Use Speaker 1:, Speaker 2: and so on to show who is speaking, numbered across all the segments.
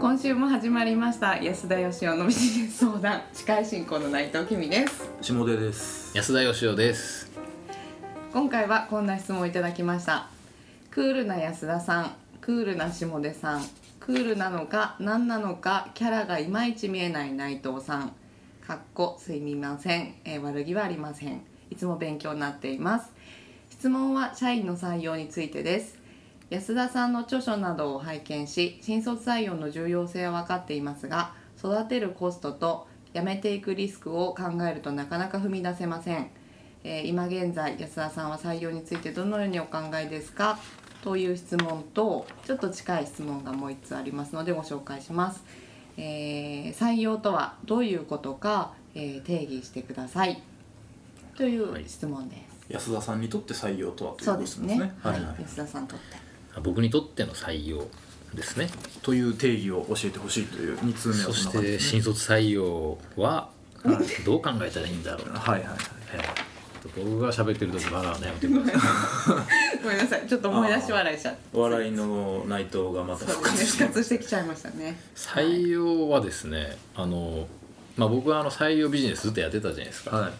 Speaker 1: 今週も始まりました安田義雄のビジネス相談司会進行の内藤君です
Speaker 2: 下出です
Speaker 3: 安田義雄です。
Speaker 1: 今回はこんな質問をいただきましたクールな安田さんクールな下出さんクールなのか何なのかキャラがいまいち見えない内藤さんかっこすいません、えー悪気はありませんいつも勉強になっています質問は社員の採用についてです安田さんの著書などを拝見し新卒採用の重要性は分かっていますが育てるコストと辞めていくリスクを考えるとなかなか踏み出せません、えー今現在安田さんは採用についてどのようにお考えですかという質問とちょっと近い質問がもう1つありますのでご紹介します、えー採用とはどういうことか、えー定義してくださいという質問です、
Speaker 2: 安田さんにとって採用とはという
Speaker 1: そう
Speaker 2: こと
Speaker 1: で
Speaker 2: ですす
Speaker 1: ね
Speaker 2: ね
Speaker 1: は、
Speaker 2: はいい、はい、
Speaker 1: 安田さんにとって
Speaker 3: 僕にとっての採用ですね。
Speaker 2: という定義を教えてほしいという2通目は
Speaker 3: そし
Speaker 2: んな感じ
Speaker 3: て
Speaker 2: です
Speaker 3: 新
Speaker 2: ね
Speaker 3: 卒採用はどう考えたらいいんだろう。
Speaker 2: はいはいはい
Speaker 3: ええ僕が喋ってる時まだ悩めてください。
Speaker 1: ごめんなさいちょっと思い出し笑いしちゃって
Speaker 2: お笑いの内藤がまた
Speaker 1: そう
Speaker 2: 復
Speaker 1: ですね復
Speaker 2: 活して
Speaker 1: 活してきちゃいましたね
Speaker 3: 採用はですね、あのまあ僕はあの採用ビジネスずっとやってたじゃないですか。
Speaker 2: は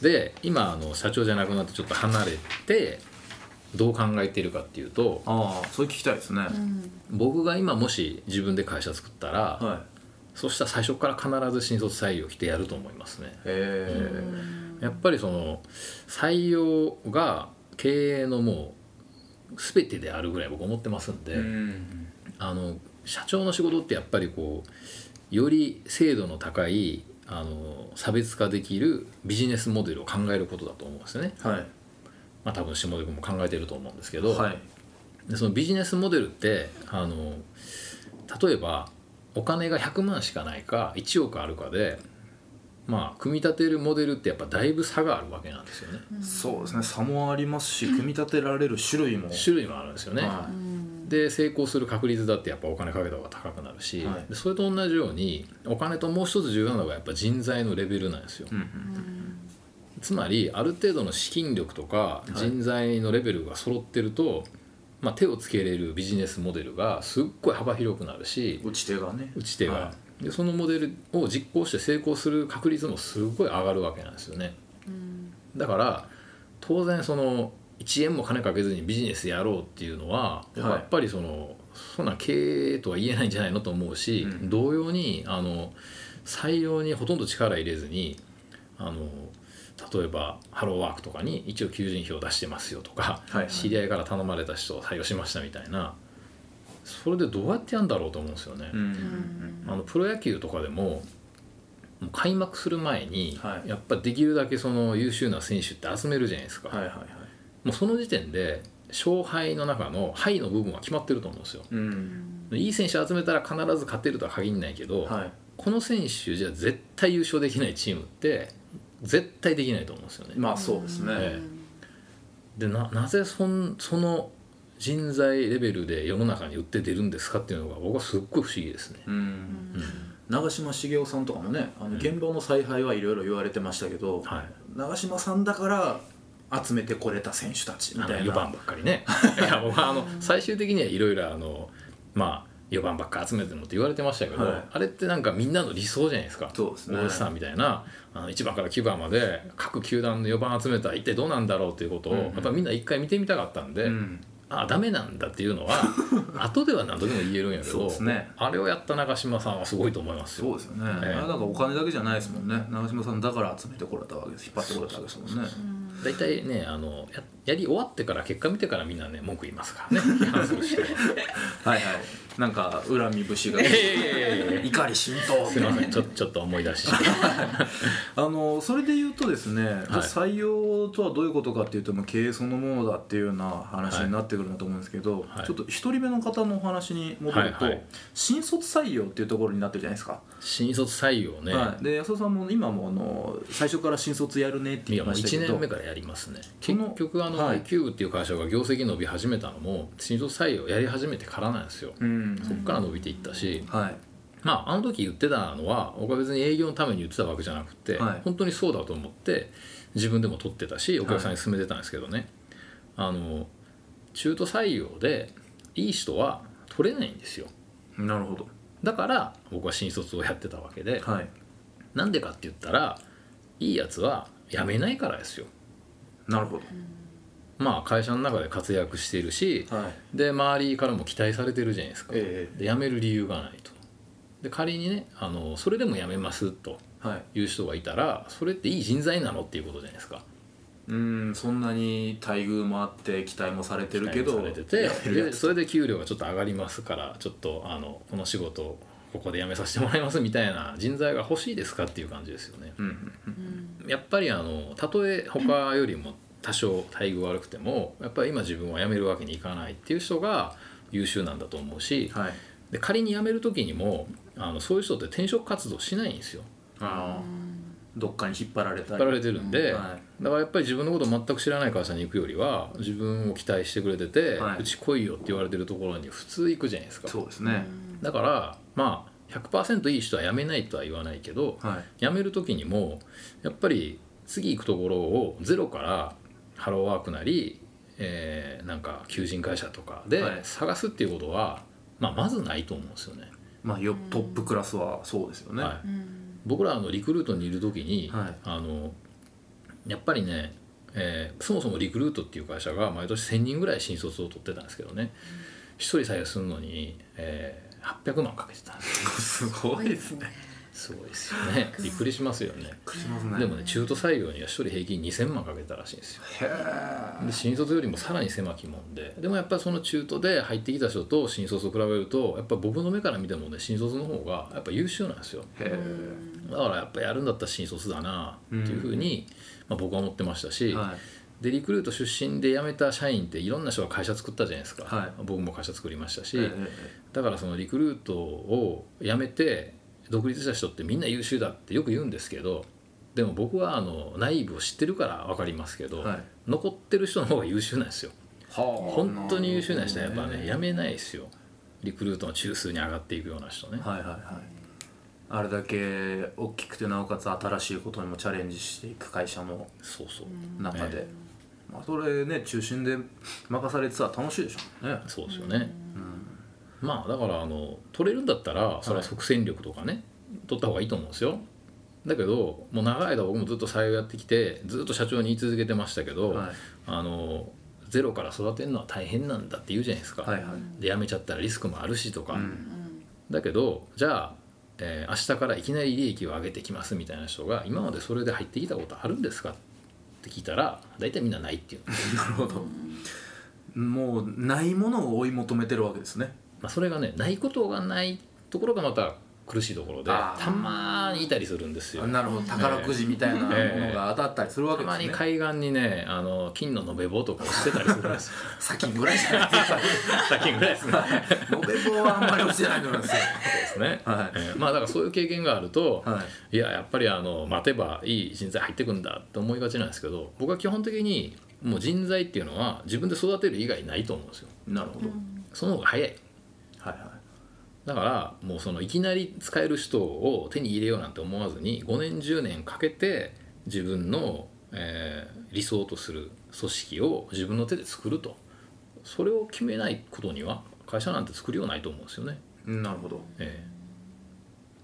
Speaker 3: で今あの社長じゃなくなってちょっと離れてどう考えてるかっていうと、
Speaker 2: ああそれ聞きたいですね、
Speaker 1: うん
Speaker 3: 僕が今もし自分で会社作ったら、
Speaker 2: はい
Speaker 3: そしたら最初から必ず新卒採用来てやると思いますね。
Speaker 2: え
Speaker 3: やっぱりその採用が経営のもう全てであるぐらい僕思ってますんで、
Speaker 2: えうん
Speaker 3: あの社長の仕事ってやっぱりこうより精度の高いあの差別化できるビジネスモデルを考えることだと思うんですよね、
Speaker 2: はい
Speaker 3: まあ、多分下出君も考えてると思うんですけど、
Speaker 2: はい
Speaker 3: でそのビジネスモデルってあの例えばお金が100万しかないか1億あるかでまあ組み立てるモデルってやっぱだいぶ差があるわけなんですよね
Speaker 2: そうですね差もありますし組み立てられる種類も
Speaker 3: 種類もあるんですよね、
Speaker 2: は
Speaker 1: うん
Speaker 3: で成功する確率だってやっぱお金かけた方が高くなるし、
Speaker 2: はい
Speaker 3: でそれと同じようにお金ともう一つ重要なのがやっぱ人材のレベルなんですよ
Speaker 2: い、うんう
Speaker 1: うんん
Speaker 3: つまりある程度の資金力とか
Speaker 2: い
Speaker 3: 人材のレベルが揃ってると、まあ、手をつけれるビジネスモデルがすっごい幅広くなるし
Speaker 2: 打ち手がね
Speaker 3: 打ち手が、
Speaker 2: は
Speaker 3: でそのモデルを実行して成功する確率もすごい上がるわけなんですよね
Speaker 1: うん
Speaker 3: だから当然その1円も金かけずにビジネスやろうっていうのは、
Speaker 2: はい
Speaker 3: やっぱりそのそんなん経営とは言えないんじゃないのと思うし、
Speaker 2: うん
Speaker 3: 同様にあの採用にほとんど力入れずにあの例えばハローワークとかに一応求人票出してますよとか、
Speaker 2: はいはい
Speaker 3: 知り合いから頼まれた人を採用しましたみたいなそれでどうやってやるんだろうと思うんですよね。
Speaker 2: うんうん
Speaker 3: あのプロ野球とかでももう開幕する前に、
Speaker 2: はい
Speaker 3: やっぱできるだけその優秀な選手って集めるじゃないですか、
Speaker 2: うんはいはいはい
Speaker 3: もうその時点で勝敗の中の敗の部分は決まってると思うんですよ
Speaker 2: うん
Speaker 3: いい選手集めたら必ず勝てるとは限らないけど、
Speaker 2: はい
Speaker 3: この選手じゃ絶対優勝できないチームって絶対できないと思うんですよね、
Speaker 2: まあそうですね、
Speaker 3: えでななぜそんその人材レベルで世の中に売って出るんですかっていうのが僕はすっごい不思議ですね、
Speaker 2: うん
Speaker 3: うん
Speaker 2: 長嶋茂雄さんとかもねあの現場の采配はいろいろ言われてましたけど、
Speaker 3: はい
Speaker 2: 長嶋さんだから集めてこれた選手たちみ
Speaker 3: あ
Speaker 2: た
Speaker 3: の
Speaker 2: い
Speaker 3: 4
Speaker 2: な
Speaker 3: 番ばっかりね いや僕はあの最終的にはいろいろあのまあ4番ばっか集めてるのって言われてましたけど、
Speaker 2: はい
Speaker 3: あれってなんかみんなの理想じゃないですか
Speaker 2: そうですね
Speaker 3: 大石さんみたいなあの1番から9番まで各球団の4番集めたら一体どうなんだろうということを、
Speaker 2: うんうん
Speaker 3: やっぱみんな一回見てみたかったんで、
Speaker 2: うん
Speaker 3: ああダメなんだっていう のは後では何度でも言えるんやけ
Speaker 2: そう
Speaker 3: ど、
Speaker 2: ですね
Speaker 3: あれをやった中島さんはすごいと思います
Speaker 2: そう
Speaker 3: よ。
Speaker 2: ですよね、
Speaker 3: ええ
Speaker 2: あれなんかお金だけじゃないですもんね長嶋さんだから集めてこれたわけです引っ張ってこれたわけですもんね
Speaker 3: 大体ねあのややり終わってから結果見てからみんなね文句言いますからね批判する人は。
Speaker 2: はいはいなんか恨み節 が
Speaker 3: いやいやいやいや
Speaker 2: 怒り浸透
Speaker 3: すみません、ちょちょっと思い出して。
Speaker 2: あのそれで言うとですね、じゃあ採用とはどういうことかっていうと、まあ、経営そのものだっていうような話になってくるんだと思うんですけど、
Speaker 3: はい
Speaker 2: ちょっと一人目の方のお話に戻ると、
Speaker 3: はいはい
Speaker 2: 新卒採用っていうところになってるじゃないですか、
Speaker 3: 新卒採用ね。
Speaker 2: はい、で安田さんも今もあの最初から新卒やるねって言
Speaker 3: い
Speaker 2: い
Speaker 3: やもう
Speaker 2: ました
Speaker 3: 1
Speaker 2: け
Speaker 3: 年
Speaker 2: ど
Speaker 3: 目からやりますね
Speaker 2: そ
Speaker 3: 結
Speaker 2: の
Speaker 3: 局あの、
Speaker 2: はい
Speaker 3: キューブっていう会社が業績伸び始めたのも新卒採用やり始めてからなんですよ、
Speaker 2: うん
Speaker 3: そこから伸びていったし、
Speaker 2: はい
Speaker 3: まああの時言ってたのは僕は別に営業のために言ってたわけじゃなくて、
Speaker 2: はい
Speaker 3: 本当にそうだと思って自分でも取ってたしお客さんに勧めてたんですけどね、あの中途採用でいい人は取れないんですよ
Speaker 2: なるほど
Speaker 3: だから僕は新卒をやってたわけで、
Speaker 2: はい
Speaker 3: なんでかって言ったらいいやつは辞めないからですよ
Speaker 2: なるほ
Speaker 3: まあ会社の中で活躍しているし
Speaker 2: どはい
Speaker 3: で周りからも期待されてるじゃないですか、
Speaker 2: え
Speaker 3: で辞める理由がないとで仮にねあのそれでも辞めますと
Speaker 2: えはい
Speaker 3: いう人がいたらそれっていい人材なのっていうことじゃないですか
Speaker 2: うんそんなに待遇もあって期待もされてるけど
Speaker 3: 期待もされてて
Speaker 2: やめるや
Speaker 3: で
Speaker 2: つ
Speaker 3: それで給料がちょっと上がりますからちょっとあのこの仕事をここで辞めさせてもらいますみたいな人材が欲しいですかっていう感じですよね
Speaker 2: うんうんうん
Speaker 3: やっぱりあのたとえ他よりも多少待遇悪くてもやっぱり今自分は辞めるわけにいかないっていう人が優秀なんだと思うし
Speaker 2: はい
Speaker 3: で仮に辞める時にもあのそういう人って転職活動しないんですよ
Speaker 2: ああどっかに引っ張られた
Speaker 3: 引っ
Speaker 2: り
Speaker 3: 張られてるんで、
Speaker 2: は
Speaker 3: だからやっぱり自分のこと全く知らない会社に行くよりは自分を期待してくれてて、
Speaker 2: はいう
Speaker 3: ち来いよって言われてるところに普通行くじゃないです
Speaker 2: い
Speaker 3: か
Speaker 2: そうですね
Speaker 3: だからまあ100%いい人は辞めないとは言わないけど
Speaker 2: はい
Speaker 3: 辞める時にもやっぱり次行くところをゼロからハローワークなり、えーなんか求人会社とかで
Speaker 2: はい
Speaker 3: 探すっていうことは、まあ、まずないと思うんですよね。
Speaker 2: まあよトップクラスはそうですよね
Speaker 3: はい僕らあのリクルートにいる時に、
Speaker 2: はい
Speaker 3: あのやっぱりね、えーそもそもリクルートっていう会社が毎年1,000人ぐらい新卒を取ってたんですけどね一、人採用するのに、えー800万かけてたんです
Speaker 2: すごいですね
Speaker 3: すごいですよねびっくりしますよね
Speaker 2: びっくりしますね
Speaker 3: でもね中途採用には一人平均2,000万かけてたらしいんですよ
Speaker 2: へえ
Speaker 3: で新卒よりもさらに狭きもんででもやっぱりその中途で入ってきた人と新卒を比べるとやっぱ僕の目から見てもね新卒の方がやっぱ優秀なんですよ
Speaker 2: へえ
Speaker 3: だからやっぱやるんだったら新卒だなっていうふうに、まあ、僕は思ってましたし、
Speaker 2: はい
Speaker 3: でリクルート出身で辞めた社員っていろんな人が会社作ったじゃないですか、
Speaker 2: はい
Speaker 3: 僕も会社作りましたし、
Speaker 2: ええ
Speaker 3: だからそのリクルートを辞めて独立した人ってみんな優秀だってよく言うんですけどでも僕はあの内部を知ってるから分かりますけど、
Speaker 2: はい
Speaker 3: 残ってる人の方が優秀なんですよ
Speaker 2: はあ
Speaker 3: 本当に優秀な人はやっぱ
Speaker 2: なるほど
Speaker 3: ね辞めないですよリクルートの中枢に上がっていくような人ね、
Speaker 2: はいはいはいあれだけ大きくてなおかつ新しいことにもチャレンジしていく会社の
Speaker 3: そうそう、
Speaker 2: 中で、まあ、それね中心で任されてたら楽しいでしょうね
Speaker 3: そうですよね、まあだからあの取れるんだったらそれは即戦力とかね、取った方がいいと思うんですよだけどもう長い間僕もずっと採用やってきてずっと社長に言い続けてましたけど、
Speaker 2: はい
Speaker 3: あのゼロから育てるのは大変なんだって言うじゃないですか、
Speaker 2: はいはい
Speaker 3: で辞めちゃったらリスクもあるしとか、
Speaker 2: うん
Speaker 3: だけどじゃあ、えー明日からいきなり利益を上げてきますみたいな人が今までそれで入ってきたことあるんですかって聞いたら大体みんなないっていう、
Speaker 2: なるほどもうないものを追い求めてるわけですね
Speaker 3: まあ、それがねないことがないところがまた苦しいところで
Speaker 2: あー
Speaker 3: たまにいたりするんですよ。
Speaker 2: なるほど宝くじみたいなものが当たったりするわ
Speaker 3: た
Speaker 2: けで
Speaker 3: ますに
Speaker 2: ね、
Speaker 3: 海岸にねあの金の延べ棒とかをしてたりするんですよ。
Speaker 2: 先ぐらいじゃない
Speaker 3: さっきぐらいですね。
Speaker 2: です か延べ棒はあんまり落ちてないと思いますよ
Speaker 3: ですね。
Speaker 2: はい
Speaker 3: えーまあだからそういう経験があると、、
Speaker 2: はい
Speaker 3: ややっぱりあの待てばいい人材入ってくるんだって思いがちなんですけど、僕は基本的にもう人材っていうのは自分で育てる以外ないと思うんですよ。
Speaker 2: いなるほど、
Speaker 3: その方が早い。
Speaker 2: はいはい
Speaker 3: だからもうそのいきなり使える人を手に入れようなんて思わずに5年10年かけて自分の、えー理想とする組織を自分の手で作るとそれを決めないことには会社なんて作りようないと思うんですよね。
Speaker 2: なるほど
Speaker 3: え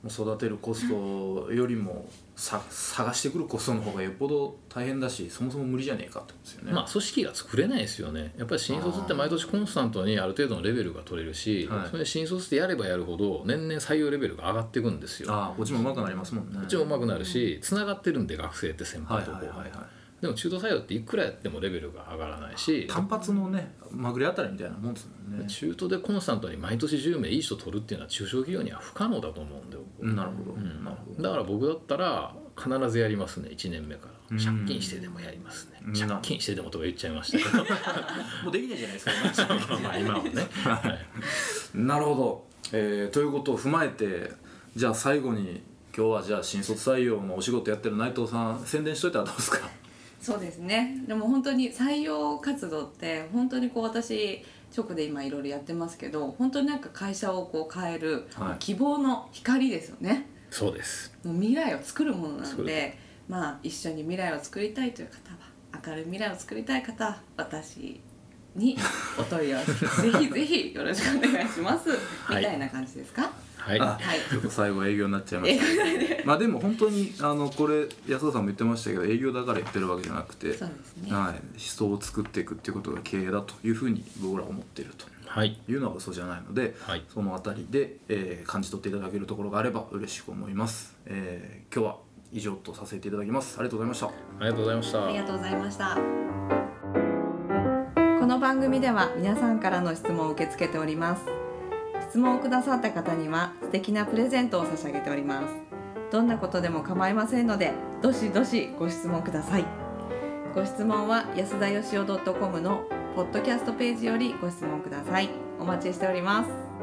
Speaker 2: 育てるコストよりもさ探してくるコストの方がよっぽど大変だしそもそも無理じゃねえかってことですよ
Speaker 3: ー
Speaker 2: ね、
Speaker 3: まあ組織が作れないですよねやっぱり新卒って毎年コンスタントにある程度のレベルが取れるし、
Speaker 2: はい
Speaker 3: それで新卒でやればやるほど年々採用レベルが上がっていくんですよ。こ
Speaker 2: ああこっちも上手くなりますもんねこ
Speaker 3: っちも上手くなるしつながってるんで学生って先
Speaker 2: はい
Speaker 3: 輩
Speaker 2: は
Speaker 3: と
Speaker 2: い
Speaker 3: 後
Speaker 2: はい
Speaker 3: 輩
Speaker 2: はい
Speaker 3: でも中途採用っていくらやってもレベルが上がらないし
Speaker 2: 単発のねまぐれあたりみたいなもんですもんね
Speaker 3: 中途でコンスタントに毎年10名いい人取るっていうのは中小企業には不可能だと思うんだよ、
Speaker 2: うんなるほど、
Speaker 3: うん
Speaker 2: なるほど
Speaker 3: だから僕だったら必ずやりますね1年目か
Speaker 2: う
Speaker 3: ら
Speaker 2: ん
Speaker 3: 借金してでもやりますね
Speaker 2: うん
Speaker 3: 借金してでもとか言っちゃいました け
Speaker 2: も
Speaker 3: ど
Speaker 2: うできないじゃないですか
Speaker 3: まあ今はね、はい
Speaker 2: なるほど、えーということを踏まえてじゃあ最後に今日はじゃあ新卒採用のお仕事やってる内藤さん宣伝しといたらどうですか
Speaker 1: そうですねでも本当に採用活動って本当にこう私直で今いろいろやってますけど本当になんか会社をこう変える、
Speaker 2: はい
Speaker 1: 希望の光ですよね
Speaker 3: そうです
Speaker 1: もう未来を作るものな
Speaker 3: そ
Speaker 1: の
Speaker 3: うだ
Speaker 1: でまあ一緒に未来を作りたいという方は明るい未来を作りたい方は私 にお問い合わせぜひぜひよろしくお願いします、
Speaker 3: い
Speaker 1: みたいな感じですか
Speaker 3: ははい
Speaker 2: あ
Speaker 1: はい
Speaker 2: ちょっと最後営業になっちゃいまし たけどまあでも本当にあのこれ安田さんも言ってましたけど営業だから言ってるわけじゃなくて、
Speaker 1: そうですね
Speaker 2: はい、思想を作っていくっていうことが経営だというふうに僕らは思っていると
Speaker 3: はい
Speaker 2: いうのは嘘じゃないので、
Speaker 3: はい
Speaker 2: そのあたりで、えー感じ取っていただけるところがあれば嬉しく思います、えー今日は以上とさせていただきますありがとうございました
Speaker 3: ありがとうございました
Speaker 1: ありがとうございました。この番組では皆さんからの質問を受け付けております。質問をくださった方には素敵なプレゼントを差し上げております。どんなことでも構いませんので、どしどしご質問ください。ご質問は安田よしお .com のポッドキャストページよりご質問ください。お待ちしております。